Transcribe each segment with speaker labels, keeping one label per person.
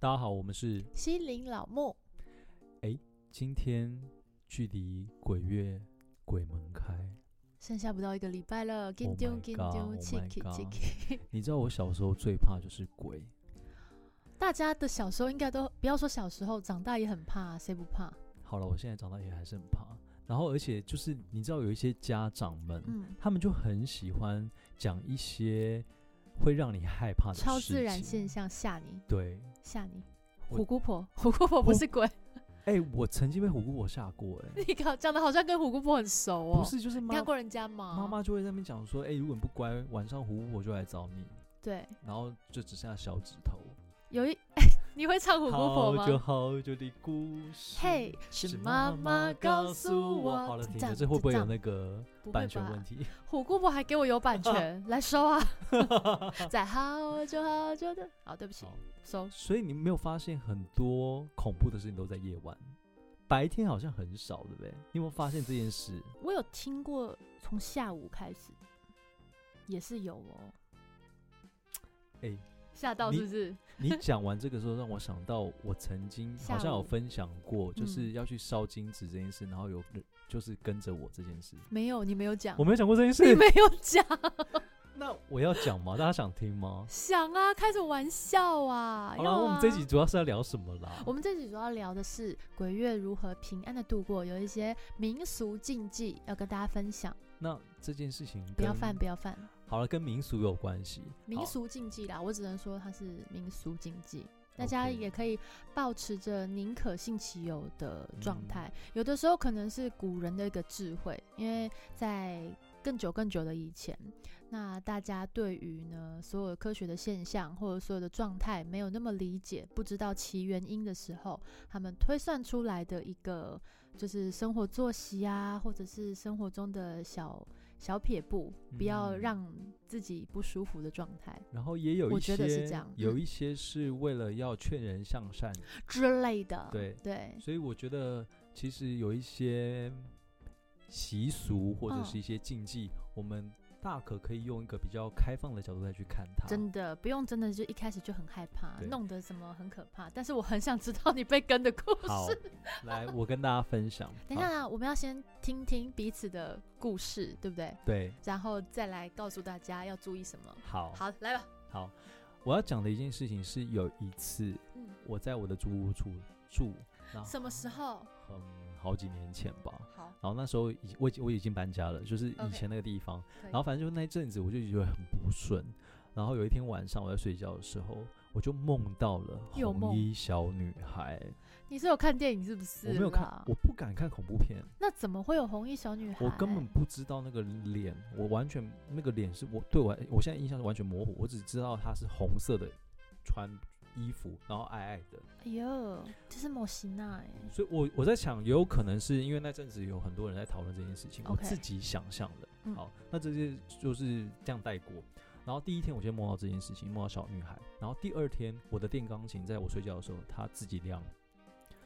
Speaker 1: 家好，我们是
Speaker 2: 西林老木，
Speaker 1: 今天距离鬼月鬼门开。
Speaker 2: 剩下不到一个礼拜了，紧
Speaker 1: Oh my
Speaker 2: 张紧张，
Speaker 1: god，Oh
Speaker 2: 切
Speaker 1: my
Speaker 2: 切
Speaker 1: god
Speaker 2: 切切。
Speaker 1: 你知道我小时候最怕就是鬼，
Speaker 2: 大家的小时候应该都不要说小时候，长大也很怕，谁不怕？
Speaker 1: 好了，我现在长大也还是很怕。然后，而且就是你知道有一些家长们，
Speaker 2: 嗯，
Speaker 1: 他们就很喜欢讲一些会让你害怕的
Speaker 2: 超自
Speaker 1: 事
Speaker 2: 然
Speaker 1: 情
Speaker 2: 现。象吓你
Speaker 1: 对，
Speaker 2: 吓你。
Speaker 1: 我
Speaker 2: 虎姑婆， 虎姑婆不是鬼，
Speaker 1: 哎、我曾经被虎姑婆吓过、哎，
Speaker 2: 你搞讲的好像跟虎姑婆很熟哦。
Speaker 1: 不，是，就是
Speaker 2: 你
Speaker 1: 妈
Speaker 2: 看过人家吗？
Speaker 1: 妈妈就会在那边讲说，哎、如果你不乖，晚上虎姑婆就来找你，
Speaker 2: 对，
Speaker 1: 然后就只剩下小指头。
Speaker 2: 有一， 你会唱虎姑婆
Speaker 1: 好久
Speaker 2: 吗？
Speaker 1: 好久的故事。
Speaker 2: 嘿，
Speaker 1: 是妈妈告诉我。好了，停了，这会不会有那个
Speaker 2: 不会
Speaker 1: 版权
Speaker 2: 吧
Speaker 1: 问题？
Speaker 2: 虎姑婆还给我有 版权，来收啊！在好久好久的，好，对不起
Speaker 1: 好，
Speaker 2: 收。
Speaker 1: 所以你没有发现很多恐怖的事情都在夜晚，白天好像很少，对不对？你有没有发现这件事？
Speaker 2: 我有听过，从下午开始也是有哦。
Speaker 1: 哎
Speaker 2: 吓到
Speaker 1: 你
Speaker 2: 是不是？
Speaker 1: 你讲完这个时候，让我想到我曾经
Speaker 2: 下午
Speaker 1: 好像有分享过，就
Speaker 2: 嗯
Speaker 1: 是要去烧金纸这件事，然后有人就是跟着我这件事。
Speaker 2: 没有，你没有讲
Speaker 1: 我，没有讲过这件
Speaker 2: 你
Speaker 1: 事，
Speaker 2: 没有讲，
Speaker 1: 那我要讲吗？大家想听吗？
Speaker 2: 想啊，开什么玩笑啊！
Speaker 1: 好
Speaker 2: 要
Speaker 1: 了，
Speaker 2: 啊
Speaker 1: 我们这集主要是要聊什么啦？
Speaker 2: 我们这集主要聊的是鬼月如何平安的度过，有一些民俗禁忌要跟大家分享，
Speaker 1: 那这件事情
Speaker 2: 不要
Speaker 1: 跟
Speaker 2: 犯，不要犯
Speaker 1: 好了，跟民俗有关系。
Speaker 2: 民
Speaker 1: 好
Speaker 2: 俗禁忌啦，我只能说它是民俗禁忌。大家
Speaker 1: OK
Speaker 2: 也可以保持着宁可信其有的状态，有的时候可能是古人的一个智慧，因为在更久更久的以前，那大家对于呢所有科学的现象或者所有的状态没有那么理解，不知道其原因的时候，他们推算出来的一个就是生活作息啊，或者是生活中的小小撇步，不要
Speaker 1: 嗯
Speaker 2: 让自己不舒服的状态
Speaker 1: 然后也有
Speaker 2: 我
Speaker 1: 一
Speaker 2: 觉
Speaker 1: 些
Speaker 2: 得是这样
Speaker 1: 有
Speaker 2: 嗯
Speaker 1: 一些是为了要劝人向善，
Speaker 2: 之类的。
Speaker 1: 对
Speaker 2: 对，
Speaker 1: 所以我觉得其实有一些习俗或者
Speaker 2: 嗯
Speaker 1: 是一些禁忌，我们大可可以用一个比较开放的角度再去看它。
Speaker 2: 真的不用真的就一开始就很害怕，
Speaker 1: 对
Speaker 2: 弄得什么很可怕。但是我很想知道你被跟的故
Speaker 1: 好
Speaker 2: 事。，
Speaker 1: 来，我跟大家分享。
Speaker 2: 等一
Speaker 1: 好
Speaker 2: 下，啊，我们要先听听彼此的故事，对不对？
Speaker 1: 对，
Speaker 2: 然后再来告诉大家要注意什么。
Speaker 1: 好，
Speaker 2: 好，来吧。
Speaker 1: 好，我要讲的一件事情是，有一次
Speaker 2: 嗯，
Speaker 1: 我在我的租屋处住，然后
Speaker 2: 什么时候？
Speaker 1: 嗯，好几年前吧。
Speaker 2: 好，
Speaker 1: 然后那时候已我已经我已经搬家了，就是以
Speaker 2: OK
Speaker 1: 前那个地方。
Speaker 2: 可以
Speaker 1: 然后反正就那一阵子，我就觉得很不顺。然后有一天晚上我在睡觉的时候，我就梦到了
Speaker 2: 又
Speaker 1: 红
Speaker 2: 梦
Speaker 1: 衣小女孩。
Speaker 2: 你是有看电影是不是？
Speaker 1: 我没有看，我。不敢看恐怖片，
Speaker 2: 那怎么会有红衣小女孩？
Speaker 1: 我根本不知道那个脸，我完全那个脸是我对我来我现在印象是完全模糊，我只知道她是红色的，穿衣服，然后矮矮的。
Speaker 2: 哎呦，这是某型啊！哎，
Speaker 1: 所以我我在想，也有可能是因为那阵子有很多人在讨论这件事情我
Speaker 2: OK
Speaker 1: 自己想象的。
Speaker 2: 嗯
Speaker 1: 好，那这些就是这样带过。然后第一天我先梦到这件事情，梦到小女孩。然后第二天，我的电钢琴在我睡觉的时候，它自己亮，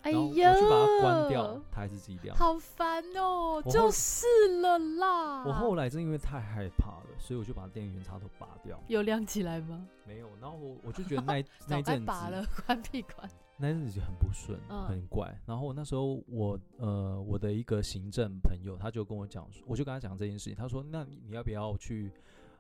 Speaker 2: 哎
Speaker 1: 然后
Speaker 2: 呦，
Speaker 1: 我去把它关掉，它还是自己亮。
Speaker 2: 好烦哦，
Speaker 1: 后
Speaker 2: 就是了啦。
Speaker 1: 我后来正因为太害怕了，所以我就把电源插头拔掉。
Speaker 2: 有亮起来吗？
Speaker 1: 没有，然后我我就觉得那一那
Speaker 2: 早
Speaker 1: 一
Speaker 2: 该
Speaker 1: 阵子
Speaker 2: 拔了， 关闭关。
Speaker 1: 那一阵子就很不顺，
Speaker 2: 嗯
Speaker 1: 很怪。然后那时候我呃我的一个行政朋友，他就跟我讲说，我就跟他讲这件事情，他说那你你要不要去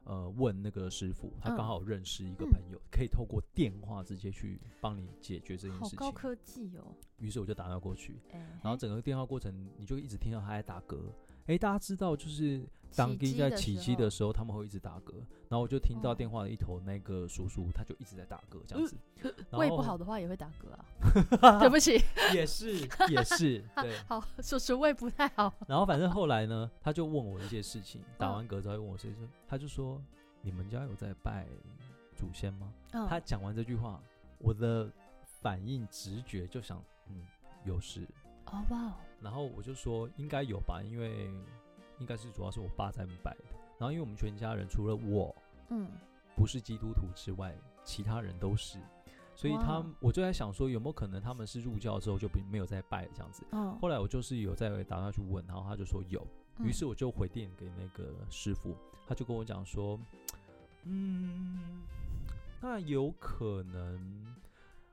Speaker 1: 呃问那个师傅？他
Speaker 2: 嗯
Speaker 1: 刚好认识一个
Speaker 2: 嗯
Speaker 1: 朋友，可以透过电话直接去帮你解决这件
Speaker 2: 好
Speaker 1: 事
Speaker 2: 高
Speaker 1: 情。
Speaker 2: 科技哦，
Speaker 1: 于是我就打电话过去，
Speaker 2: 哎，
Speaker 1: 然后整个电话过程你就一直听到他在打嗝。诶，大家知道就是当地
Speaker 2: 机
Speaker 1: 在
Speaker 2: 的
Speaker 1: 起
Speaker 2: 时
Speaker 1: 机的
Speaker 2: 候
Speaker 1: 时候，他们会一直打嗝，然后我就听到
Speaker 2: 哦
Speaker 1: 电话的一头那个叔叔，他就一直在打嗝
Speaker 2: 嗯
Speaker 1: 这样 子，然
Speaker 2: 胃不
Speaker 1: 后
Speaker 2: 好的话也会打嗝啊。对不起，
Speaker 1: 也是也是对。
Speaker 2: 好，叔叔胃不太好。
Speaker 1: 然后反正后来呢，他就问我一些事情，
Speaker 2: 嗯
Speaker 1: 打完嗝之后又问我一些事，他就说：“你们家有在拜祖先吗？”
Speaker 2: 嗯
Speaker 1: 他讲完这句话，我的反应直觉就想，嗯，有事。
Speaker 2: 哦哇哦，
Speaker 1: 然后我就说应该有吧，因为应该是主要是我爸在拜的。然后因为我们全家人除了我
Speaker 2: 嗯，
Speaker 1: 不是基督徒之外，其他人都是，所以他
Speaker 2: 哇
Speaker 1: 我就在想说，有没有可能他们是入教之后就不没有再拜这样子？
Speaker 2: 哦，
Speaker 1: 后来我就是有再打电话去问，然后他就说有，于
Speaker 2: 嗯
Speaker 1: 是我就回电给那个师傅，他就跟我讲说，嗯，那有可能，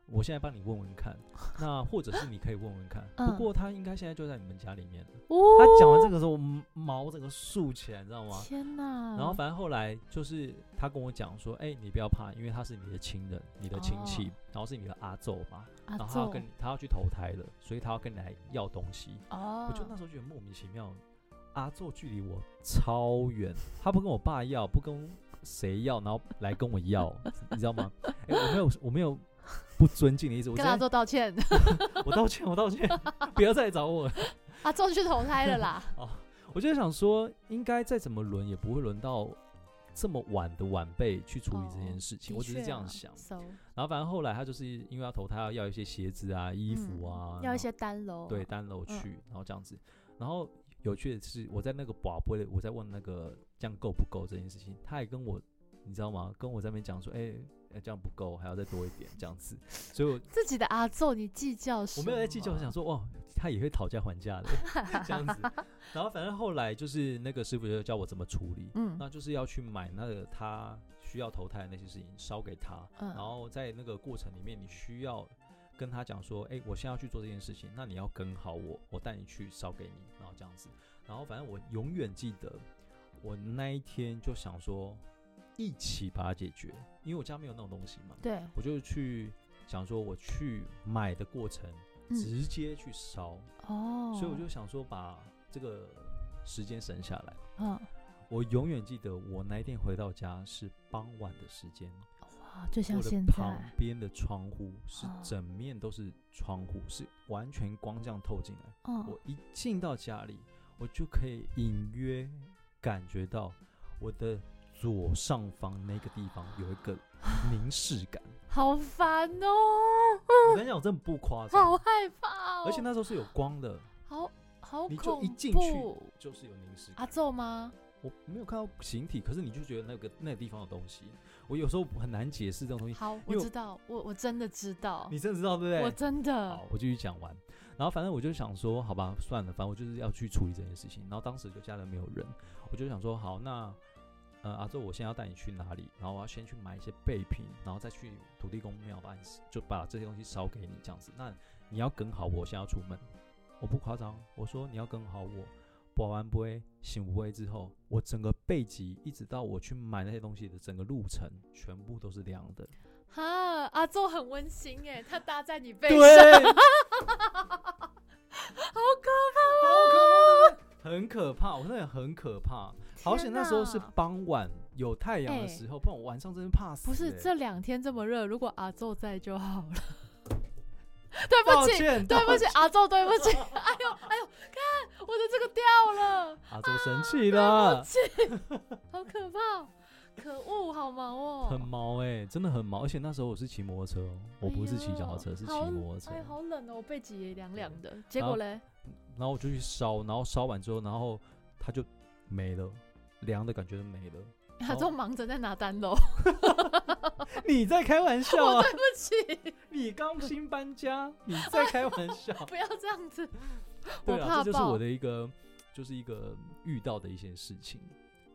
Speaker 1: 我现在帮你问问看，那或者是你可以问问看。
Speaker 2: 嗯
Speaker 1: 不过他应该现在就在你们家里面了。
Speaker 2: 哦，
Speaker 1: 他讲完这个时候，我毛整个竖起来，你知道吗？
Speaker 2: 天哪！
Speaker 1: 然后反正后来就是他跟我讲说，哎、你不要怕，因为他是你的亲人，你的亲戚，
Speaker 2: 哦
Speaker 1: 然后是你的阿宙嘛，
Speaker 2: 阿
Speaker 1: 然后他要
Speaker 2: 宙
Speaker 1: 跟你他要去投胎了，所以他要跟你来要东西。
Speaker 2: 哦，
Speaker 1: 我就那时候觉得莫名其妙，阿宙距离我超远，他不跟我爸要，不跟谁要，然后来跟我要， 你知道吗？哎、我没有，我没有不尊敬的意思，我
Speaker 2: 跟阿
Speaker 1: 真的
Speaker 2: 宙 道歉，
Speaker 1: 我道歉，我道歉， 不要再来找我了。
Speaker 2: 阿宙去投胎了 啦。
Speaker 1: 我就在想说，应该再怎么轮也不会轮到这么晚的晚辈去处理这件事情，
Speaker 2: 哦的
Speaker 1: 我只是
Speaker 2: 确
Speaker 1: 这样
Speaker 2: 啊
Speaker 1: 想。
Speaker 2: So，
Speaker 1: 然后反正后来他就是因为要投胎，要要一些鞋子啊、衣服
Speaker 2: 嗯
Speaker 1: 啊，
Speaker 2: 要
Speaker 1: 然
Speaker 2: 一些单楼
Speaker 1: 后对单楼去，然后这样子。然后有趣的是，我在那个宝贝的，我在问那个这样够不够这件事情，他也跟我，你知道吗？跟我在那边讲说，哎、哎这样不够，还要再多一点这样子。所以我
Speaker 2: 自己的阿宙，你计较什
Speaker 1: 我没
Speaker 2: 么？
Speaker 1: 有在计较，我想说，哇，他也会讨价还价的 这样子。然后反正后来就是那个师傅就教我怎么处理，
Speaker 2: 嗯
Speaker 1: 那就是要去买那个他需要投胎的那些事情烧给他，
Speaker 2: 嗯，
Speaker 1: 然后在那个过程里面，你需要跟他讲说，哎、我现在要去做这件事情，那你要跟好我，我带你去烧给你，然后这样子。然后反正我永远记得，我那一天就想说一起把它解决，因为我家没有那种东西嘛，
Speaker 2: 对，
Speaker 1: 我就去想说我去买的过程。
Speaker 2: 嗯，
Speaker 1: 直接去烧，
Speaker 2: 哦，
Speaker 1: 所以我就想说把这个时间省下来。
Speaker 2: 嗯，
Speaker 1: 我永远记得我那一天回到家是傍晚的时间，
Speaker 2: 哇，就像
Speaker 1: 我的
Speaker 2: 现
Speaker 1: 旁
Speaker 2: 在，
Speaker 1: 边的窗户是
Speaker 2: 哦
Speaker 1: 整面都是窗户，是完全光这样透进来。
Speaker 2: 嗯
Speaker 1: 我，一进到家里，我就可以隐约感觉到我的左上方那个地方有一 个凝视感。
Speaker 2: 好烦哦，
Speaker 1: 我跟你讲，我真的不夸
Speaker 2: 好
Speaker 1: 张，
Speaker 2: 害怕哦，
Speaker 1: 而且那时候是有光的，
Speaker 2: 好好
Speaker 1: 你就一
Speaker 2: 恐
Speaker 1: 进去
Speaker 2: 怖，
Speaker 1: 就是有凝视感。
Speaker 2: 阿宙吗？
Speaker 1: 我没有看到形体，可是你就觉得那个那个地方有东西。我有时候很难解释这种东西，
Speaker 2: 好，
Speaker 1: 为
Speaker 2: 我
Speaker 1: 我
Speaker 2: 知道，我我真的知道，
Speaker 1: 你真的知道对不对？
Speaker 2: 我真的
Speaker 1: 好，我继续讲完。然后反正我就想说，好吧，算了，反正我就是要去处理这件事情。然后当时就家里没有人，我就想说，好，那呃阿周，我现在要带你去哪里？然后我要先去买一些备品，然后再去土地公庙把你就把这些东西烧给你这样子。那你要跟好我，我现在要出门，我不夸张，我说你要跟好我。保完不会，醒不会之后，我整个背脊一直到我去买那些东西的整个路程，全部都是亮的。
Speaker 2: 哈，阿宙很温馨哎，他搭在你背
Speaker 1: 对，啊
Speaker 2: 上，
Speaker 1: 好
Speaker 2: 可哦
Speaker 1: 可怕，很可怕，我真的很可怕。好险
Speaker 2: 天
Speaker 1: 那时候是
Speaker 2: 哪
Speaker 1: 傍晚有太阳
Speaker 2: 哎
Speaker 1: 的时候，不然我晚上真的怕死、
Speaker 2: 不是
Speaker 1: 哎
Speaker 2: 这两天这么热，如果阿宙在就好了。 对
Speaker 1: 抱
Speaker 2: 不起，
Speaker 1: 歉，
Speaker 2: 对不
Speaker 1: 抱
Speaker 2: 起啊
Speaker 1: 歉，，
Speaker 2: 阿宙，对不起。哎呦，哎呦，看我的这个掉 了，
Speaker 1: 阿周啊生气了，
Speaker 2: 好可怕，可恶，好忙哦。
Speaker 1: 很毛哎、真的很毛。而且那时候我是骑摩托车哦，我不是骑脚踏车，
Speaker 2: 哎呦
Speaker 1: 是骑
Speaker 2: 好
Speaker 1: 摩托车。
Speaker 2: 哎，好冷哦，我背脊也凉凉的。结果嘞，
Speaker 1: 然后我就去烧，然后烧完之后，然后它就没了，凉的感觉就没 了。
Speaker 2: 阿宙忙着在拿单喽。
Speaker 1: 你在开玩笑啊？
Speaker 2: 对不起，
Speaker 1: 你刚新搬家，你在开玩笑？
Speaker 2: 不要这样子。
Speaker 1: 对
Speaker 2: 我
Speaker 1: 啊，
Speaker 2: 怕
Speaker 1: 这就是
Speaker 2: 爆
Speaker 1: 我的一个，就是一个遇到的一些事情。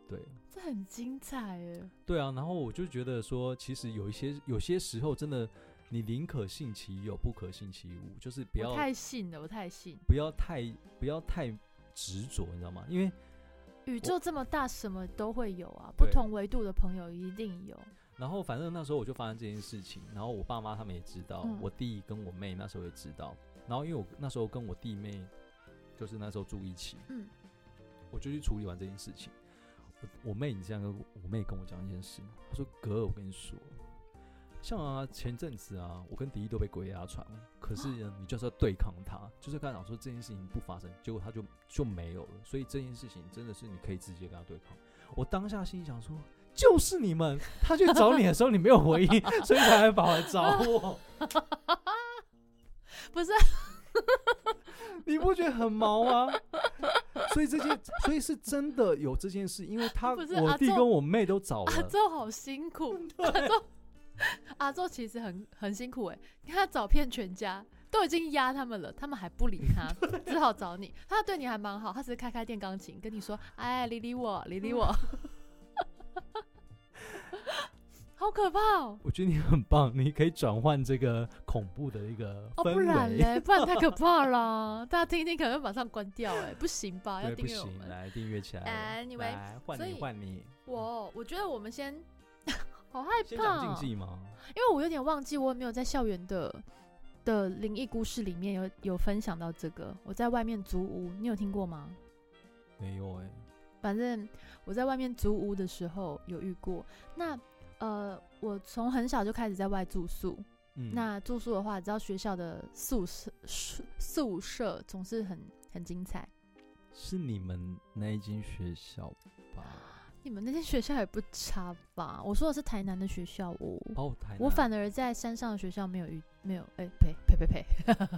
Speaker 1: 对，
Speaker 2: 这很精彩哎。
Speaker 1: 对啊，然后我就觉得说，其实有一些有些时候，真的你宁可信其有，不可信其无，就是不要
Speaker 2: 我太信了，我太信。
Speaker 1: 不要太不要太执着，你知道吗？因为
Speaker 2: 宇宙这么大，什么都会有啊，不
Speaker 1: 对
Speaker 2: 同维度的朋友一定有。
Speaker 1: 然后反正那时候我就发生这件事情，然后我爸妈他们也知道，
Speaker 2: 嗯
Speaker 1: 我弟跟我妹那时候也知道，然后因为我那时候跟我弟妹就是那时候住一起，
Speaker 2: 嗯，
Speaker 1: 我就去处理完这件事情。我我妹，你这样跟我我妹跟我讲一件事，她说：“哥，我跟你说，像啊前阵子啊，我跟迪一都被鬼压床，可是呢，你就是要对抗他，就是跟他讲说这件事情不发生，结果他就就没有了。所以这件事情真的是你可以直接跟他对抗。”我当下心里想说。就是你们，他去找你的时候你没有回应，所以才来跑来找我。
Speaker 2: 不是，
Speaker 1: 你不觉得很毛吗？所以这件，所以是真的有这件事，因为他
Speaker 2: 不是啊
Speaker 1: 我
Speaker 2: 阿
Speaker 1: 弟
Speaker 2: 仲
Speaker 1: 跟我妹都找了，
Speaker 2: 阿周好辛苦， 阿周阿周其实很很辛苦哎、你看他找遍全家，都已经压他们了，他们还不理他， 只好找你。他对你还蛮好，他只是开开电钢琴，
Speaker 1: 嗯
Speaker 2: 跟你说，哎，理理我，理理我。 好可怕哦！
Speaker 1: 我觉得你很棒，你可以转换这个恐怖的一个
Speaker 2: 哦，
Speaker 1: 氛
Speaker 2: 不 然
Speaker 1: 围。
Speaker 2: 嘞，不然太可怕了，大家听一听可能会马上关掉，哎，不行吧？要
Speaker 1: 对，
Speaker 2: 订
Speaker 1: 不
Speaker 2: 阅我
Speaker 1: 行，
Speaker 2: 们。
Speaker 1: 来订阅起来。
Speaker 2: Anyway，
Speaker 1: 来换
Speaker 2: 所
Speaker 1: 你
Speaker 2: 以
Speaker 1: 换你，
Speaker 2: 我我觉得我们先， 好害
Speaker 1: 先
Speaker 2: 怕
Speaker 1: 讲
Speaker 2: 哦，
Speaker 1: 禁忌吗？
Speaker 2: 因为我有点忘记，我有没有在校园的的灵异故事里面有有分享到这个。我在外面租屋，你有听过吗？
Speaker 1: 没有哎、
Speaker 2: 反正我在外面租屋的时候有遇过。那呃，我从很小就开始在外住宿。
Speaker 1: 嗯，
Speaker 2: 那住宿的话，知道学校的宿舍宿宿舍总是很很精彩。
Speaker 1: 是你们那一间学校吧？
Speaker 2: 你们那些学校也不差吧？我说的是台南的学校哦。
Speaker 1: 哦，台
Speaker 2: 我
Speaker 1: 南
Speaker 2: 反而在山上的学校没有遇，没有哎呸呸呸呸，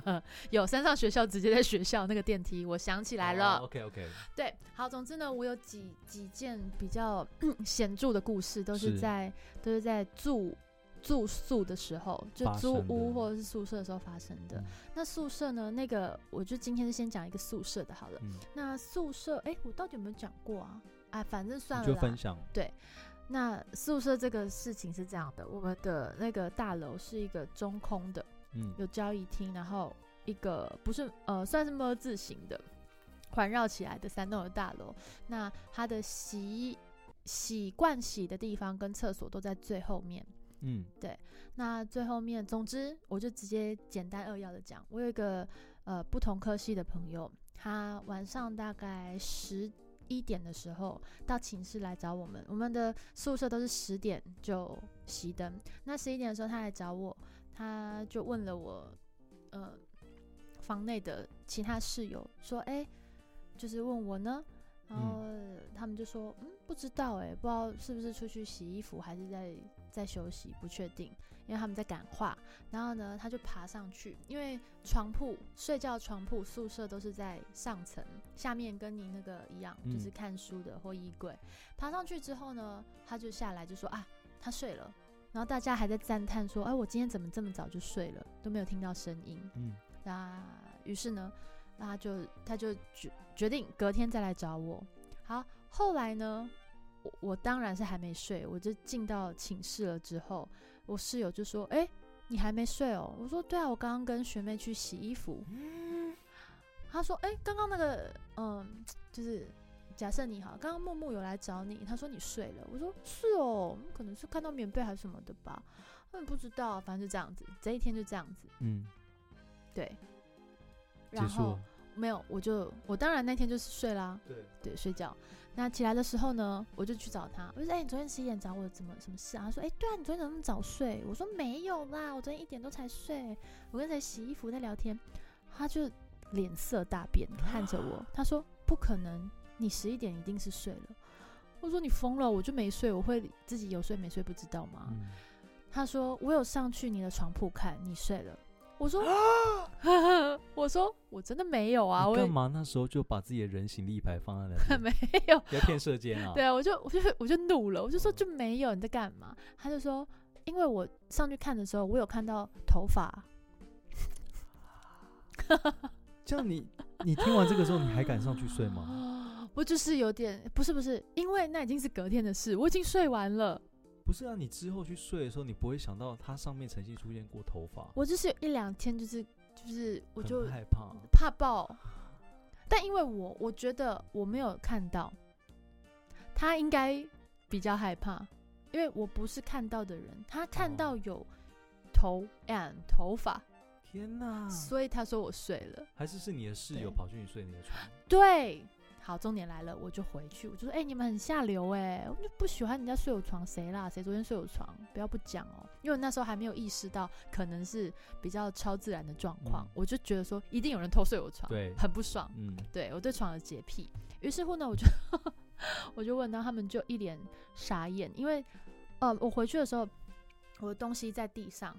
Speaker 2: 有山上学校直接在学校那个电梯，我想起来了。
Speaker 1: OK OK，
Speaker 2: 对，好，总之呢，我有几几件比较 显著的故事，都是
Speaker 1: 是
Speaker 2: 在都是在住住宿的时候，就
Speaker 1: 发
Speaker 2: 租
Speaker 1: 生
Speaker 2: 屋
Speaker 1: 的
Speaker 2: 或者是宿舍的时候发生的。
Speaker 1: 嗯
Speaker 2: 那宿舍呢，那个我就今天就先讲一个宿舍的好了。
Speaker 1: 嗯，
Speaker 2: 那宿舍，哎、我到底有没有讲过啊？哎，反正算
Speaker 1: 你
Speaker 2: 了
Speaker 1: 就
Speaker 2: 啦。
Speaker 1: 分享
Speaker 2: 那宿舍这个事情是这样的，我们的那个大楼是一个中空的，
Speaker 1: 嗯
Speaker 2: 有交易厅，然后一个不是呃算是么字形的环绕起来的三栋的大楼。那它的洗衣洗盥洗的地方跟厕所都在最后面。
Speaker 1: 嗯，
Speaker 2: 那最后面，总之我就直接简单扼要的讲，我有一个呃不同科系的朋友，他晚上大概十一点的时候到寝室来找我们，我们的宿舍都是十点就熄灯，那十一点的时候他来找我，他就问了我，呃，房内的其他室友说，哎、就是问我呢。然后他们就说，嗯，不知道哎、不知道是不是出去洗衣服，还是在在休息，不确定。因为他们在感化，然后呢，他就爬上去，因为床铺睡觉床铺宿舍都是在上层，下面跟你那个一样，
Speaker 1: 嗯
Speaker 2: 就是看书的或衣柜。爬上去之后呢，他就下来就说啊，他睡了。然后大家还在赞叹说，哎，我今天怎么这么早就睡了，都没有听到声音。
Speaker 1: 嗯
Speaker 2: 那于是呢，那他就他就决决定隔天再来找我。好，后来呢，我我当然是还没睡，我就进到寝室了之后，我室友就说：“哎、你还没睡哦？”我说：“对啊，我刚刚跟学妹去洗衣服。”他说：“哎、刚刚那个，嗯，就是假设你好，刚刚木木有来找你，他说你睡了。”我说：“是哦，可能是看到棉被还是什么的吧。”嗯，不知道，反正就这样子，这一天就这样子。
Speaker 1: 嗯，
Speaker 2: 对，
Speaker 1: 结
Speaker 2: 然
Speaker 1: 束
Speaker 2: 后
Speaker 1: 了，
Speaker 2: 没有，我就我当然那天就是睡啦，
Speaker 1: 对，
Speaker 2: 对，睡觉。那起来的时候呢，我就去找他，我就说：“哎、你昨天十一点找我，怎么什么事啊？”他说：“哎、对啊，你昨天怎么那么早睡？”我说：“没有啦，我昨天一点多才睡，我刚才洗衣服在聊天。”他就脸色大变，看着 我，他说：“不可能，你十一点一定是睡了。”我说：“你疯了，我就没睡，我会自己有睡没睡不知道吗？”
Speaker 1: 嗯，
Speaker 2: 他说：“我有上去你的床铺看，你睡了。” 我说：“ 我说我真的没有啊，
Speaker 1: 你
Speaker 2: 我也
Speaker 1: 干嘛那时候就把自己的人形立牌放在那 边？
Speaker 2: 没有。
Speaker 1: 不要骗射箭啊！
Speaker 2: 对啊，我就我就我就怒了，我就
Speaker 1: 嗯
Speaker 2: 说就没有，你在干嘛？他就说，因为我上去看的时候，我有看到头发。
Speaker 1: 这样你你听完这个时候，你还 敢上去睡吗？
Speaker 2: 我就是有点不是不是，因为那已经是隔天的事，我已经睡完了。
Speaker 1: 不是啊，你之后去睡的时候，你不会想到它上面曾经出现过头发，
Speaker 2: 我就是有一两天，就是就是我
Speaker 1: 很
Speaker 2: 就嗯
Speaker 1: 害怕。
Speaker 2: 怕爆，但因为我我觉得我没有看到，他应该比较害怕，因为我不是看到的人，他看
Speaker 1: 哦
Speaker 2: 到有头 and 头发，
Speaker 1: 天哪！
Speaker 2: 所以他说我睡了。
Speaker 1: 还是是你的室友
Speaker 2: 对
Speaker 1: 跑去你睡你的床？
Speaker 2: 对，好，重点来了，我就回去，我就说，哎、你们很下流哎、我就不喜欢人家睡我床，谁啦？谁昨天睡我床？不要不讲哦，因为我那时候还没有意识到可能是比较超自然的状况，
Speaker 1: 嗯
Speaker 2: 我就觉得说一定有人偷睡我床，
Speaker 1: 对
Speaker 2: 很不爽。
Speaker 1: 嗯，
Speaker 2: 对我对床有洁癖。于是乎呢，我就 我就问到他们就一脸傻眼，因为呃，我回去的时候，我的东西在地上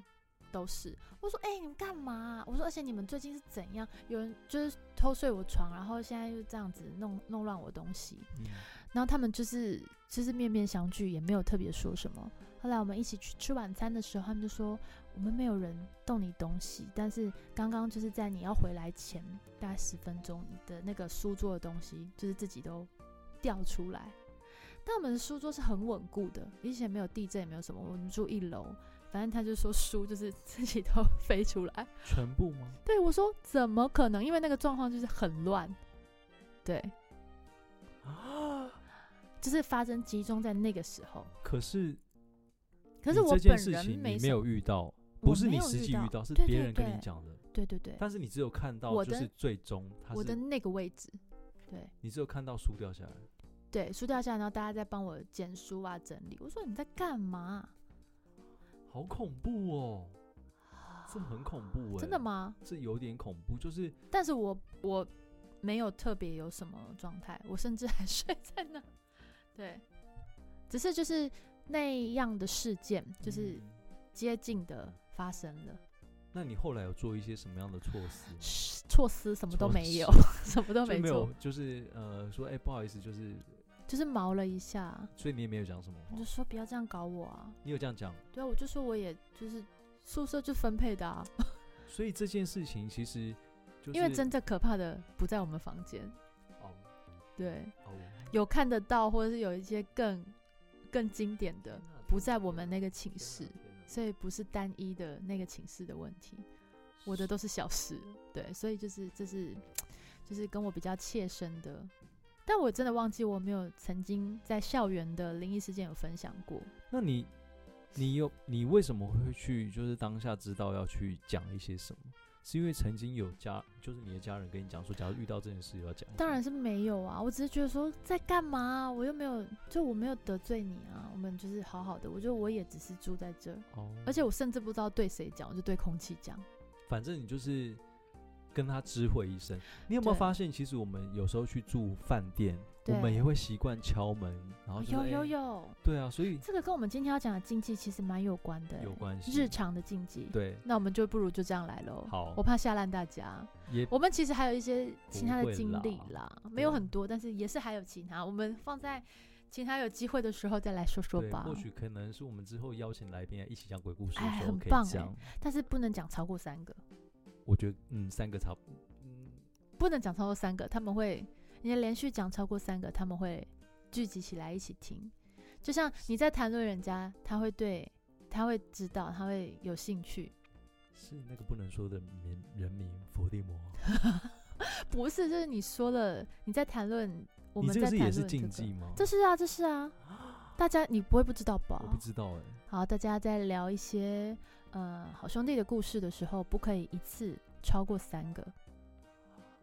Speaker 2: 都是。我说：“哎、你们干嘛啊、我说：“而且你们最近是怎样？有人就是偷睡我床，然后现在又这样子弄弄乱我东西。”
Speaker 1: 嗯
Speaker 2: 然后他们就是就是面面相觑，也没有特别说什么。后来我们一起去吃晚餐的时候，他们就说我们没有人动你东西，但是刚刚就是在你要回来前大概十分钟，你的那个书桌的东西就是自己都掉出来。但我们的书桌是很稳固的，以前没有地震，也没有什么，我们住一楼，反正他就说书就是 自己都飞出来。
Speaker 1: 全部吗？
Speaker 2: 对我说怎么可能？因为那个状况就是很乱，对，就是发生集中在那个时候。
Speaker 1: 可是，
Speaker 2: 可是我
Speaker 1: 这件
Speaker 2: 本
Speaker 1: 事
Speaker 2: 人
Speaker 1: 情你
Speaker 2: 没
Speaker 1: 没
Speaker 2: 什
Speaker 1: 有
Speaker 2: 么，
Speaker 1: 遇到，
Speaker 2: 我
Speaker 1: 不是
Speaker 2: 没
Speaker 1: 你
Speaker 2: 有
Speaker 1: 实
Speaker 2: 遇
Speaker 1: 际
Speaker 2: 到
Speaker 1: 遇到，是
Speaker 2: 对
Speaker 1: 别
Speaker 2: 对
Speaker 1: 人跟你
Speaker 2: 对
Speaker 1: 讲的。
Speaker 2: 对对对，
Speaker 1: 但是你只有看到，
Speaker 2: 我
Speaker 1: 就
Speaker 2: 的
Speaker 1: 是最终它
Speaker 2: 我的
Speaker 1: 是
Speaker 2: 那个位置，对
Speaker 1: 你只有看到书掉下来，
Speaker 2: 对，书掉下来，然后大家在帮我捡书啊整理。我说你在干嘛？
Speaker 1: 好恐怖哦，这很恐怖哎、
Speaker 2: 真的？吗？
Speaker 1: 这有点恐怖，就是
Speaker 2: 但是我我没有特别有什么状态，我甚至还 睡在那，对，只是就是那样的事件就是
Speaker 1: 嗯
Speaker 2: 接近的发生了，
Speaker 1: 那你后来有做一些什么样的措施吗？
Speaker 2: 是措施什么都
Speaker 1: 措
Speaker 2: 没有， 什么都
Speaker 1: 就
Speaker 2: 没
Speaker 1: 没
Speaker 2: 做
Speaker 1: 有，，就是呃，说哎、不好意思，就是，
Speaker 2: 就是毛了一下，
Speaker 1: 所以你也没有讲什么
Speaker 2: 我
Speaker 1: 话
Speaker 2: 就，说不要这样搞我啊，
Speaker 1: 你有这样讲，
Speaker 2: 对啊，我就说我也就是宿舍就分配的啊，
Speaker 1: 所以这件事情其实就是
Speaker 2: 因为真正可怕的不在我们房间，
Speaker 1: 哦
Speaker 2: 对，
Speaker 1: 哦，
Speaker 2: 有看得到或者是有一些更更经典的
Speaker 1: 天哪
Speaker 2: 不在我
Speaker 1: 天
Speaker 2: 们
Speaker 1: 哪
Speaker 2: 那个寝
Speaker 1: 天哪
Speaker 2: 室。
Speaker 1: 天哪
Speaker 2: 所以不是单一的那个寝室的问题，我的都是小事，对，所以就是这是就是跟我比较切身的，但我真的忘记我没有曾经在校园的灵异事件有分享过，
Speaker 1: 那你，你有你为什么会去？就是当下知道要去讲一些什么？是因为曾经有家，就是你的家人跟你讲说，假如遇到这件事要讲一下。
Speaker 2: 当然是没有啊，我只是觉得说在干嘛啊、我又没有就我没有得罪你啊，我们就是好好的，我觉得我也只是住在这儿，
Speaker 1: 哦，
Speaker 2: 而且我甚至不知道对谁讲，我就对空气讲，
Speaker 1: 反正你就是跟他知会一声。你有没有
Speaker 2: 对
Speaker 1: 发现，其实我们有时候去住饭店，我们
Speaker 2: 对
Speaker 1: 也会习惯敲门，然后就
Speaker 2: 有
Speaker 1: 是
Speaker 2: 有
Speaker 1: 哎
Speaker 2: 有，
Speaker 1: 对啊，所以
Speaker 2: 这个跟我们今天要讲的禁忌其实蛮有关的欸、
Speaker 1: 有关系。
Speaker 2: 日常的禁忌，
Speaker 1: 对，
Speaker 2: 那我们就不如就这样来喽。
Speaker 1: 好
Speaker 2: 我怕吓烂大家。
Speaker 1: 也
Speaker 2: 我们其实还有一些其他
Speaker 1: 不
Speaker 2: 的
Speaker 1: 会
Speaker 2: 经历啦，没有
Speaker 1: 对
Speaker 2: 很多，但是也是还有其他。我们放在其他有机会的时候再来说说
Speaker 1: 对，
Speaker 2: 吧
Speaker 1: 或。许可能是我们之后邀请来宾一起讲鬼故事的
Speaker 2: 哎
Speaker 1: 时候
Speaker 2: 很
Speaker 1: 可以
Speaker 2: 棒哎
Speaker 1: 讲。
Speaker 2: 但是不能讲超过三个，
Speaker 1: 我觉得嗯，三个差不，嗯，
Speaker 2: 不能讲超过三个，他们会，你连续讲超过三个，他们会聚集起来一起听。就像你在谈论人家，他会对，他会知道，他会有兴趣。
Speaker 1: 是那个不能说的名人名伏地魔。
Speaker 2: 不是，就是你说了，你在谈论，我
Speaker 1: 你
Speaker 2: 们
Speaker 1: 这
Speaker 2: 在
Speaker 1: 个
Speaker 2: 谈
Speaker 1: 是也是
Speaker 2: 论这
Speaker 1: 禁
Speaker 2: 个
Speaker 1: 忌吗？
Speaker 2: 这是啊，这是啊，大家你不会不知道吧
Speaker 1: 我？不知道哎、
Speaker 2: 好，大家在聊一些呃好兄弟的故事的时候，不可以一次超过三个，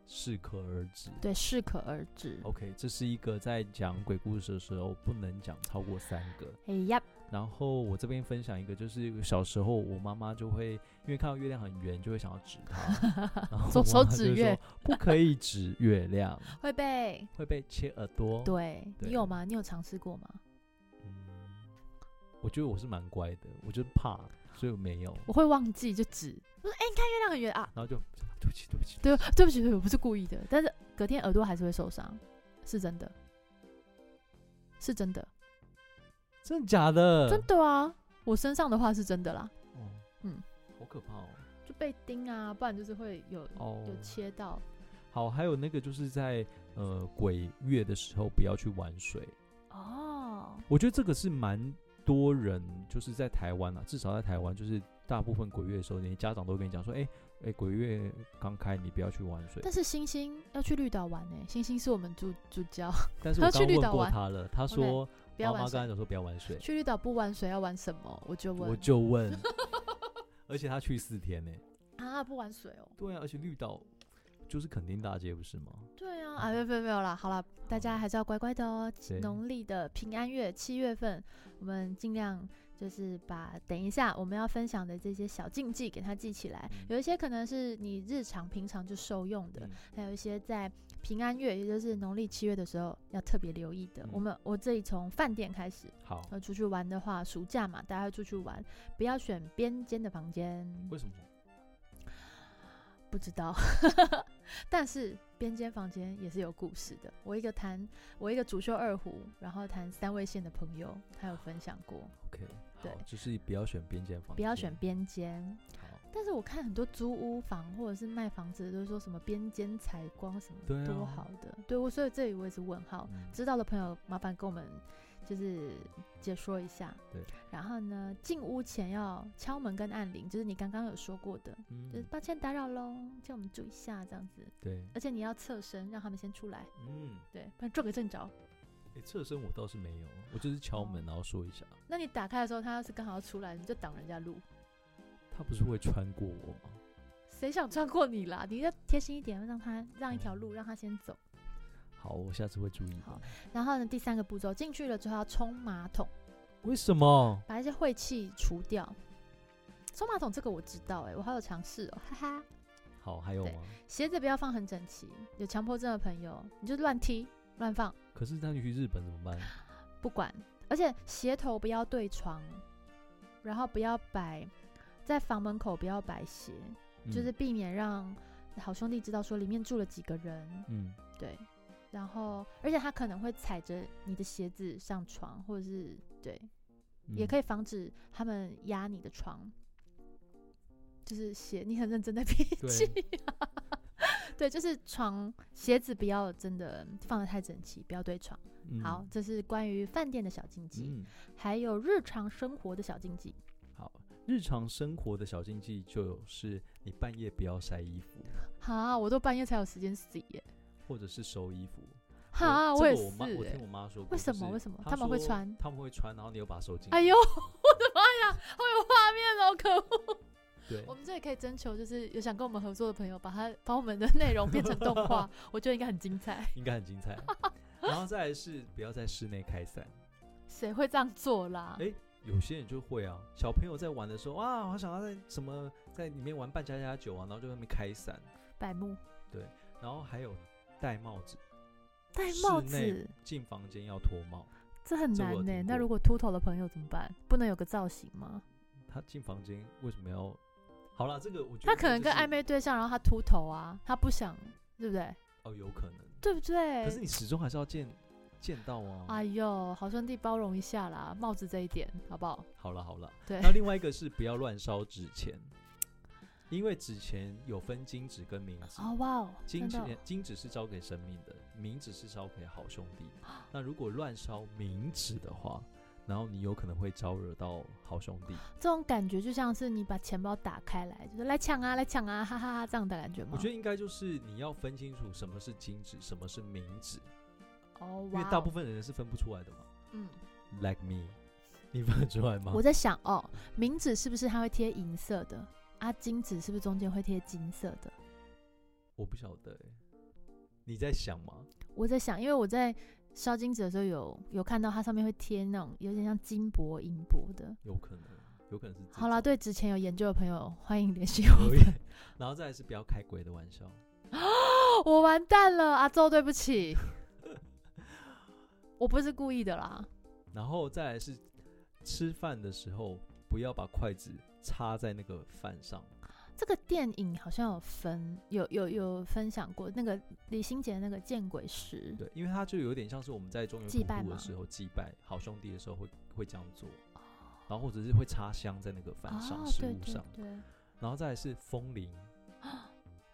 Speaker 1: 适可而止。
Speaker 2: 对，适可而止。
Speaker 1: OK，这是一个在讲鬼故事的时候不能讲超过三个。
Speaker 2: 哎呀，
Speaker 1: 然后我这边分享一个，就是小时候我妈妈就会，因为看到月亮很圆，就会想要指它， 然后
Speaker 2: 左
Speaker 1: 我
Speaker 2: 手
Speaker 1: 妈妈
Speaker 2: 指
Speaker 1: 就会
Speaker 2: 月
Speaker 1: 说，不可以指月亮，
Speaker 2: 会被
Speaker 1: 会被切耳朵。，
Speaker 2: 对你有
Speaker 1: 对
Speaker 2: 吗？你有尝试过吗？
Speaker 1: 嗯，我觉得我是蛮乖的，我就是怕，所以我没有。
Speaker 2: 我会忘记就指，我说哎、你看月亮很圆啊，
Speaker 1: 然后就对不起，对不起，
Speaker 2: 对，对不起，对不起我不是故意的，但是隔天耳朵还是会受伤，是真的，是真的，
Speaker 1: 真的假的？
Speaker 2: 真的啊，我身上的话是真的啦，
Speaker 1: 哦，
Speaker 2: 嗯，
Speaker 1: 好可怕哦。
Speaker 2: 就被叮啊，不然就是会有
Speaker 1: 哦，
Speaker 2: 有切到。
Speaker 1: 好，还有那个就是在呃鬼月的时候不要去玩水，
Speaker 2: 哦，
Speaker 1: 我觉得这个是蛮多人就是在台湾啊，至少在台湾就是大部分鬼月的时候，你家长都会跟你讲说，哎、哎、鬼月刚开，你不要去玩水。
Speaker 2: 但是星星要去绿岛玩呢、星星是我们住住教，
Speaker 1: 但是
Speaker 2: 他
Speaker 1: 我
Speaker 2: 去
Speaker 1: 刚
Speaker 2: 绿
Speaker 1: 问
Speaker 2: 岛
Speaker 1: 过
Speaker 2: 玩
Speaker 1: 他了，他说妈
Speaker 2: 不要
Speaker 1: 妈
Speaker 2: 玩
Speaker 1: 刚才
Speaker 2: 水。
Speaker 1: 讲说不要玩水，
Speaker 2: 去绿岛不玩水要玩什么？我就问，
Speaker 1: 我就 问，而且他去四天呢、
Speaker 2: 啊不玩水哦。
Speaker 1: 对啊，而且绿岛就是垦丁大街不是吗？
Speaker 2: 对啊，啊没有没有没有啦，好啦，大家还是要乖乖的哦。
Speaker 1: 对
Speaker 2: 农历的平安月七月份，我们尽量就是把等一下我们要分享的这些小禁忌给它记起来
Speaker 1: 嗯，
Speaker 2: 有一些可能是你日常平常就受用的，
Speaker 1: 嗯
Speaker 2: 还有一些在平安月，也就是农历七月的时候要特别留意的。
Speaker 1: 嗯
Speaker 2: 我们我这里从饭店开始，
Speaker 1: 好，
Speaker 2: 呃，出去玩的话，暑假嘛，大家会出去玩，不要选边间的房间，
Speaker 1: 为什么？
Speaker 2: 不知道。 但是边间房间也是有故事的。我一个谈，我一个主修二胡，然后谈三味线的朋友，他有分享过，
Speaker 1: OK，好
Speaker 2: 对，
Speaker 1: 就是不要选边间房间，
Speaker 2: 不要选边间。
Speaker 1: 好，
Speaker 2: 但是我看很多租屋房或者是卖房子，都说什么边间采光什么
Speaker 1: 对啊
Speaker 2: 哦多好的，对我所以这里我也是问号。
Speaker 1: 嗯
Speaker 2: 知道的朋友，麻烦跟我们就是解说一下。
Speaker 1: 对。
Speaker 2: 然后呢，进屋前要敲门跟按铃，就是你刚刚有说过的，就是
Speaker 1: 嗯，
Speaker 2: 抱歉打扰喽，叫我们注意一下这样子。
Speaker 1: 对，
Speaker 2: 而且你要侧身，让他们先出来，
Speaker 1: 嗯，
Speaker 2: 对，不然撞个正着。
Speaker 1: 诶，侧身我倒是没有，我就是
Speaker 2: 哦
Speaker 1: 敲门然后说一下，
Speaker 2: 那你打开的时候，他要是刚好要出来，你就挡人家路，
Speaker 1: 他不是会穿过我吗？
Speaker 2: 谁想穿过你啦？你要贴心一点，让他让一条路，让他先走。
Speaker 1: 好，我下次会注意的
Speaker 2: 好。然后呢，第三个步骤，进去了之后要冲马桶，
Speaker 1: 为什么？
Speaker 2: 把一些晦气除掉。冲马桶这个我知道、欸，哎，我好有尝试哦，哈哈。
Speaker 1: 好，还有
Speaker 2: 对
Speaker 1: 吗？
Speaker 2: 鞋子不要放很整齐，有强迫症的朋友你就乱踢乱放，
Speaker 1: 可是他去日本怎么办？
Speaker 2: 不管。而且鞋头不要对床，然后不要摆在房门口，不要摆鞋，
Speaker 1: 嗯
Speaker 2: 就是避免让好兄弟知道说里面住了几个人。
Speaker 1: 嗯，
Speaker 2: 对，然后而且他可能会踩着你的鞋子上床，或者是对，也可
Speaker 1: 以。
Speaker 2: 以防止他们压你的床。就是鞋，你很认 真的脾
Speaker 1: 对
Speaker 2: 气、啊。 对，就是床鞋子不要真的放的太整齐，不要对床。
Speaker 1: 嗯
Speaker 2: 好，，这是关于饭店的小禁忌，
Speaker 1: 嗯，
Speaker 2: 还有日常生活的小禁忌。
Speaker 1: 好，日常生活的小禁忌就是你半夜不要晒衣服，
Speaker 2: 哈，我都半夜才有时间洗耶。
Speaker 1: 或者是收衣服。
Speaker 2: 哈，
Speaker 1: 哦这
Speaker 2: 也
Speaker 1: 个我妈，我
Speaker 2: 是
Speaker 1: 听
Speaker 2: 耶。
Speaker 1: 我妈说过，
Speaker 2: 为什
Speaker 1: 就是
Speaker 2: 么为什么
Speaker 1: 她
Speaker 2: 他们会
Speaker 1: 说
Speaker 2: 穿
Speaker 1: 他们会穿，然后你又把它收进。
Speaker 2: 哎呦，，我的妈呀，好有画面哦，可恶！
Speaker 1: 对
Speaker 2: 我，们这里可以征求，就是有想跟我们合作的朋友，把它把我们的内容变成动 画，我觉得应该很精彩。
Speaker 1: 应该很精 彩。然后再来是不要在室内开伞，
Speaker 2: 谁会这样做啦？
Speaker 1: 哎有些人就会啊，小朋友在玩的时候，哇，好想要在什么在里面玩扮家家酒啊，然后就在那边开伞，
Speaker 2: 百慕
Speaker 1: 然后还有戴帽子，
Speaker 2: 戴
Speaker 1: 室
Speaker 2: 帽
Speaker 1: 内
Speaker 2: 子，
Speaker 1: 进房间要脱帽。
Speaker 2: 这很
Speaker 1: 这
Speaker 2: 难
Speaker 1: 我有
Speaker 2: 呢、
Speaker 1: 听
Speaker 2: 那
Speaker 1: 过
Speaker 2: 如果秃头的朋友怎么办？不能有个造型吗？
Speaker 1: 他进房间为什么要？好啦，这个我觉得
Speaker 2: 他可能
Speaker 1: 就
Speaker 2: 跟
Speaker 1: 是
Speaker 2: 暧昧对象，然后他秃头啊，他不想，对不对？
Speaker 1: 哦，有可能。
Speaker 2: 对不
Speaker 1: 可是
Speaker 2: 对？
Speaker 1: 你始终还是要见见到啊。
Speaker 2: 哎呦，好兄弟包容一下啦，帽子这一点好不好？
Speaker 1: 好了好了，
Speaker 2: 对
Speaker 1: 那另外一个是不要乱烧纸钱，因为纸钱有分金纸跟冥纸。
Speaker 2: 哦哇哦，
Speaker 1: 金
Speaker 2: 真
Speaker 1: 纸
Speaker 2: 的哦
Speaker 1: 金纸是烧给神明的，冥纸是烧给好兄弟。
Speaker 2: 啊
Speaker 1: 那如果乱烧冥纸的话，然后你有可能会招惹到好兄弟。
Speaker 2: 这种感觉就像是你把钱包打开来，就是来抢啊，来抢啊，哈哈哈这样的感觉吗？
Speaker 1: 我觉得应该就是你要分清楚什么是金纸，什么是冥纸，
Speaker 2: 得哦
Speaker 1: 因
Speaker 2: 哇
Speaker 1: 为
Speaker 2: 哦，
Speaker 1: 大部分人是分不出来的嘛。
Speaker 2: 嗯，
Speaker 1: Like me，你分得出来吗
Speaker 2: 我？在想哦，冥纸是不是它会贴银色的？啊，金纸是不是中间会贴金色的？
Speaker 1: 我不晓得、欸，你在想吗？
Speaker 2: 我在想，因为我在烧金纸的时候有有看到它上面会贴那种有点像金箔、银箔的。
Speaker 1: 有可能，有可能是这
Speaker 2: 好啦，
Speaker 1: 种
Speaker 2: 对纸钱有研究的朋友，欢迎联系我
Speaker 1: 可以。然后再来是不要开鬼的玩笑，
Speaker 2: 我完蛋了，阿周，对不起， 我不是故意的啦。
Speaker 1: 然后再来是吃饭的时候不要把筷子插在那个饭上。
Speaker 2: 这个电影好像有分，有有有分享过那个李心洁的那个《见鬼时》
Speaker 1: 对，因为它就有点像是我们在中原
Speaker 2: 嗯祭
Speaker 1: 普
Speaker 2: 拜
Speaker 1: 渡
Speaker 2: 吗
Speaker 1: 的时候祭拜好兄弟的时候会会这样做，然后或者是会插香在那个饭上、
Speaker 2: 哦，
Speaker 1: 食
Speaker 2: 对
Speaker 1: 物
Speaker 2: 对
Speaker 1: 上，
Speaker 2: 对，
Speaker 1: 然后再来是风 铃，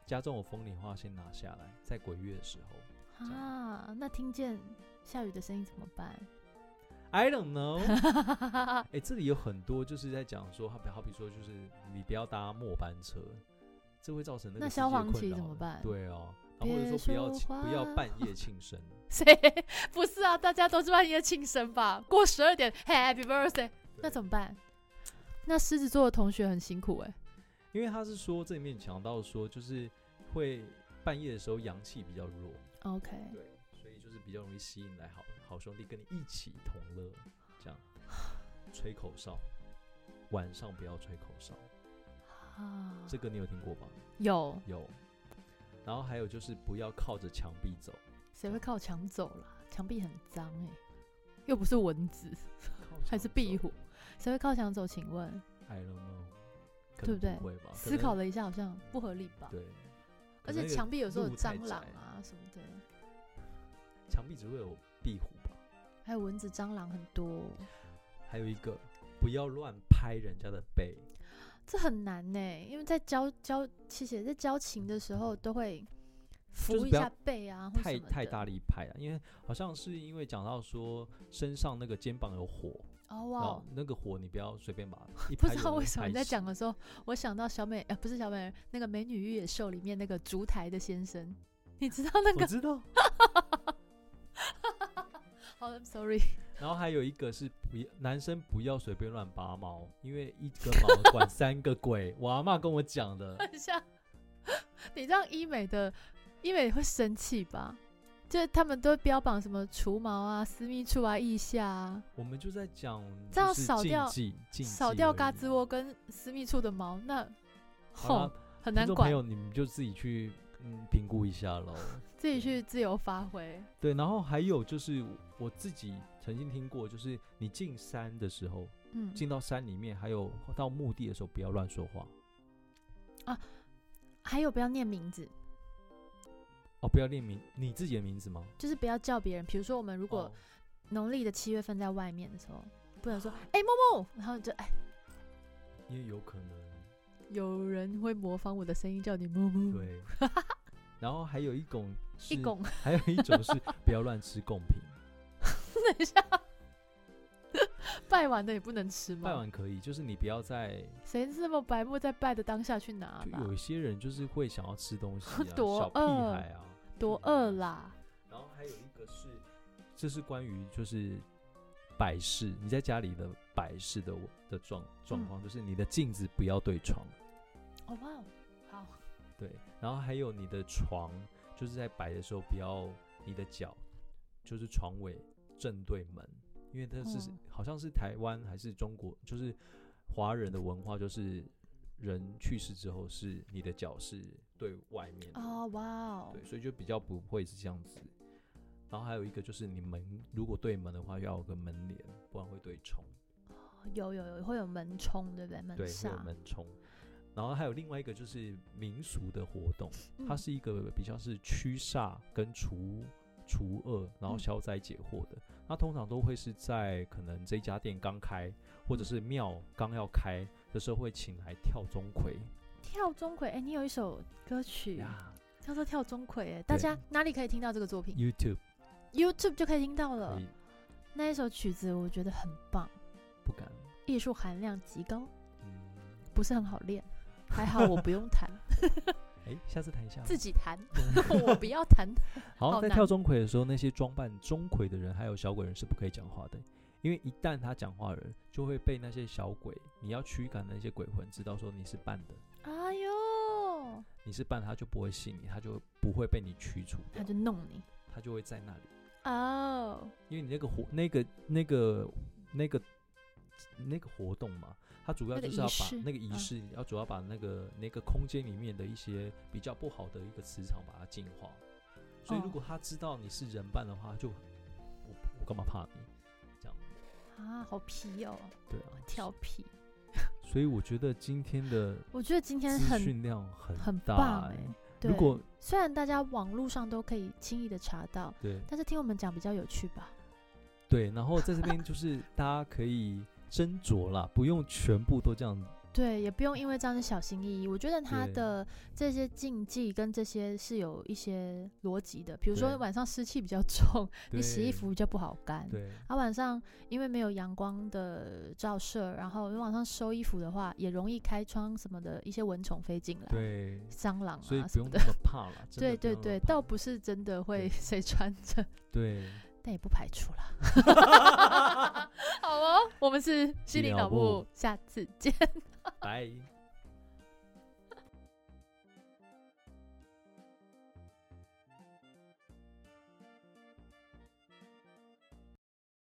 Speaker 1: 家中有风铃的话先拿下来，在鬼月的时候。这样
Speaker 2: 啊，那听见下雨的声音怎么办？
Speaker 1: I don't know 。 哎、这里有很多就是在讲说，好比好比说，就是你不要搭末班车，这会造成那
Speaker 2: 那
Speaker 1: 个司
Speaker 2: 消
Speaker 1: 机的
Speaker 2: 防
Speaker 1: 困
Speaker 2: 旗
Speaker 1: 扰
Speaker 2: 怎么
Speaker 1: 了
Speaker 2: 办
Speaker 1: 对哦，然后或者
Speaker 2: 别
Speaker 1: 说不要
Speaker 2: 说
Speaker 1: 庆不要
Speaker 2: 话
Speaker 1: 半夜庆生。
Speaker 2: 谁不是啊？大家都是半夜庆生吧？过十二点，Happy Birthday，那怎
Speaker 1: 么？
Speaker 2: 么办？那狮子座的同学很辛苦哎、
Speaker 1: 因为他是说这里面讲到说，就是会半夜的时候阳气比较弱，
Speaker 2: OK，
Speaker 1: 对，所以就是比较容易吸引来好好兄弟跟你一起同乐，这样吹口哨，晚上不要吹口哨，
Speaker 2: 啊，
Speaker 1: 这个你有听过吗？
Speaker 2: 有
Speaker 1: 有。然后还有就是不要靠着墙壁走。
Speaker 2: 谁会靠墙走啦？墙壁很脏哎、又不是蚊子，还是壁虎，谁会靠墙走？请问，
Speaker 1: ？I don't know，可
Speaker 2: 对
Speaker 1: 能
Speaker 2: 不对
Speaker 1: 不会吧？可
Speaker 2: 思考
Speaker 1: 能
Speaker 2: 了一下，好像不合理吧？
Speaker 1: 对，可
Speaker 2: 而且
Speaker 1: 能
Speaker 2: 墙壁有时候有
Speaker 1: 路太
Speaker 2: 蟑螂
Speaker 1: 窄，
Speaker 2: 啊什么的，
Speaker 1: 墙壁只会有壁虎吧？
Speaker 2: 还有蚊子、蟑螂很多，
Speaker 1: 还有一个，不要乱拍人家的背，
Speaker 2: 哦这很难呢、因为在教教，其实在教琴的时候都会扶
Speaker 1: 是
Speaker 2: 一
Speaker 1: 不要
Speaker 2: 下背啊，或
Speaker 1: 太
Speaker 2: 什么
Speaker 1: 太
Speaker 2: 的
Speaker 1: 大力拍啊了，因为好像是因为讲到说身上那个肩膀有火，
Speaker 2: 哦
Speaker 1: 然
Speaker 2: 哇
Speaker 1: 后
Speaker 2: 哦。
Speaker 1: 那个火你不要随便把它一
Speaker 2: 不
Speaker 1: 拍
Speaker 2: 知
Speaker 1: 就
Speaker 2: 道
Speaker 1: 能
Speaker 2: 为什么
Speaker 1: 拍
Speaker 2: 你在
Speaker 1: 死
Speaker 2: 讲的时候，我想到小美，呃，不是小美人，那个《美女与野兽》里面那个烛台的先生，你知道那
Speaker 1: 我
Speaker 2: 个？
Speaker 1: 知 道。
Speaker 2: 好、i m，Oh, sorry，
Speaker 1: 然后还有一个是不要男生不要随便乱拔毛，因为一根毛管三个鬼。我阿妈跟我讲的，
Speaker 2: 等一下，你让医美的医美会生气吧？就是他们都标榜什么除毛啊、私密处啊、腋下啊，
Speaker 1: 我们就在讲
Speaker 2: 这样
Speaker 1: 就是
Speaker 2: 少
Speaker 1: 禁
Speaker 2: 掉
Speaker 1: 忌禁
Speaker 2: 少
Speaker 1: 忌
Speaker 2: 掉
Speaker 1: 而
Speaker 2: 嘎
Speaker 1: 已
Speaker 2: 吱窝跟私密处的毛，那
Speaker 1: 好啦
Speaker 2: 吼很
Speaker 1: 听
Speaker 2: 难
Speaker 1: 众朋
Speaker 2: 管，
Speaker 1: 友，你们就自己去嗯评估一下喽。
Speaker 2: 自己去自由发挥。
Speaker 1: 对，然后还有就是我自己曾经听过，就是你进山的时候，
Speaker 2: 嗯，
Speaker 1: 进到山里面，还有到墓地的时候，不要乱说话
Speaker 2: 还有不要念名字，
Speaker 1: 哦，不要念名你自己的名字吗？
Speaker 2: 就是不要叫别人。比如说我们如果
Speaker 1: 哦
Speaker 2: 农历的七月份在外面的时候，不能说
Speaker 1: 啊
Speaker 2: 哎、欸、木木，然后就哎
Speaker 1: 因为有可能
Speaker 2: 有人会模仿我的声音叫你木木，，
Speaker 1: 对。然后还有一种是
Speaker 2: 嗯一拱。
Speaker 1: 还有一种是 不要乱吃贡品，
Speaker 2: 等一下，拜完的也不能吃吗？
Speaker 1: 拜完可以，就是你不要在
Speaker 2: 谁这么白目在拜的当下去拿
Speaker 1: 就
Speaker 2: 吧？
Speaker 1: 有一些人就是会想要吃东西啊，
Speaker 2: 多嗯
Speaker 1: 小屁
Speaker 2: 饿
Speaker 1: 孩啊，
Speaker 2: 多饿啦！
Speaker 1: 然后还有一个是，这是关于就是摆饰，你在家里的摆饰的的状状
Speaker 2: 嗯
Speaker 1: 况，就是你的镜子不要对床，
Speaker 2: 哦哇哦，好，
Speaker 1: 对，然后还有你的床，就是在摆的时候不要你的脚就是床尾正对门，因为它是、
Speaker 2: 嗯
Speaker 1: 好像是台湾还是中国，就是华人的文化就是。人去世之后，是你的脚是对外面的
Speaker 2: 哦哇哦
Speaker 1: 对，，所以就比较不会是这样子。然后还有一个就是你门如果对门的话，要有个门帘，不然会对冲，
Speaker 2: 有有有会有门冲，对不对？门
Speaker 1: 对，会有
Speaker 2: 煞，
Speaker 1: 门冲。然后还有另外一个就是民俗的活动，它
Speaker 2: 嗯
Speaker 1: 是一个比较是驱煞跟除除恶，然后
Speaker 2: 嗯
Speaker 1: 消灾解惑的。那通常都会是在可能这家店刚开，或者
Speaker 2: 嗯
Speaker 1: 是庙刚要开的时候，会请来跳钟馗
Speaker 2: 跳钟馗。哎，你有一首歌曲
Speaker 1: 呀
Speaker 2: 叫做《跳钟馗》，哎，大家哪里可以听到这个作品
Speaker 1: ，YouTube
Speaker 2: ？YouTube 就可以听到
Speaker 1: 可
Speaker 2: 了
Speaker 1: 以。
Speaker 2: 那一首曲子我觉得很棒，
Speaker 1: 不敢，
Speaker 2: 艺术含量极高，
Speaker 1: 嗯，
Speaker 2: 不是很好练。还好我不 用弹，
Speaker 1: 哎，下次谈一下吧
Speaker 2: 自己弹， 我不要弹。
Speaker 1: 好像
Speaker 2: 好
Speaker 1: 在
Speaker 2: 难
Speaker 1: 跳钟馗的时候，那些装扮钟馗的人还有小鬼人是不可以讲话的，因为一旦他讲话人，就会被那些小鬼，你要驱赶那些鬼魂，知道说你是扮的，
Speaker 2: 哎呦，
Speaker 1: 你是扮的，他就不会信你，他就不会被你驱除
Speaker 2: 他
Speaker 1: 掉，
Speaker 2: 就弄你
Speaker 1: 他就会在那里，
Speaker 2: 哦。
Speaker 1: 因为你那个活那个那个那个那个活动嘛，它主要
Speaker 2: 那个
Speaker 1: 就是要
Speaker 2: 仪
Speaker 1: 把
Speaker 2: 式
Speaker 1: 那个仪
Speaker 2: 嗯
Speaker 1: 式，要主要把那个那个空间里面的一些比较不好的一个磁场把它净化。所以如
Speaker 2: 哦
Speaker 1: 果他知道你是人扮的话，他就我我干嘛怕你？这样
Speaker 2: 啊，好皮哦，
Speaker 1: 对啊，
Speaker 2: 调皮。
Speaker 1: 所以我觉得今天的
Speaker 2: 我觉得今天
Speaker 1: 资
Speaker 2: 很
Speaker 1: 讯量很
Speaker 2: 很
Speaker 1: 大
Speaker 2: 棒
Speaker 1: 欸
Speaker 2: 哎、对，
Speaker 1: 如果
Speaker 2: 虽然大家网络上都可以轻易的查到，
Speaker 1: 对
Speaker 2: 但是听我们讲比较有趣吧。
Speaker 1: 对，然后在这边就是大家可以斟酌啦，不用全部都这样
Speaker 2: 对，也不用因为这样子小心翼翼。我觉得他
Speaker 1: 对
Speaker 2: 的这些禁忌跟这些是有一些逻辑的，比如说
Speaker 1: 对
Speaker 2: 晚上湿气比较重，
Speaker 1: 对。
Speaker 2: 你洗衣服就不好干。
Speaker 1: 对
Speaker 2: 啊，晚上因为没有阳光的照射，然后晚上收衣服的话，也容易开窗什么的一些蚊虫飞进来，
Speaker 1: 对，
Speaker 2: 蟑螂
Speaker 1: 所以
Speaker 2: 啊
Speaker 1: 不
Speaker 2: 什
Speaker 1: 用
Speaker 2: 么的
Speaker 1: 那。么怕啦。真
Speaker 2: 对
Speaker 1: 的
Speaker 2: 对
Speaker 1: 不用
Speaker 2: 对，
Speaker 1: 那么怕
Speaker 2: 倒不是真的
Speaker 1: 对
Speaker 2: 会 谁穿着，
Speaker 1: 对。
Speaker 2: 但也不排除 啦。好哦，我们是心灵
Speaker 1: 聊
Speaker 2: 脑
Speaker 1: 部
Speaker 2: 部，下次见。
Speaker 1: 拜。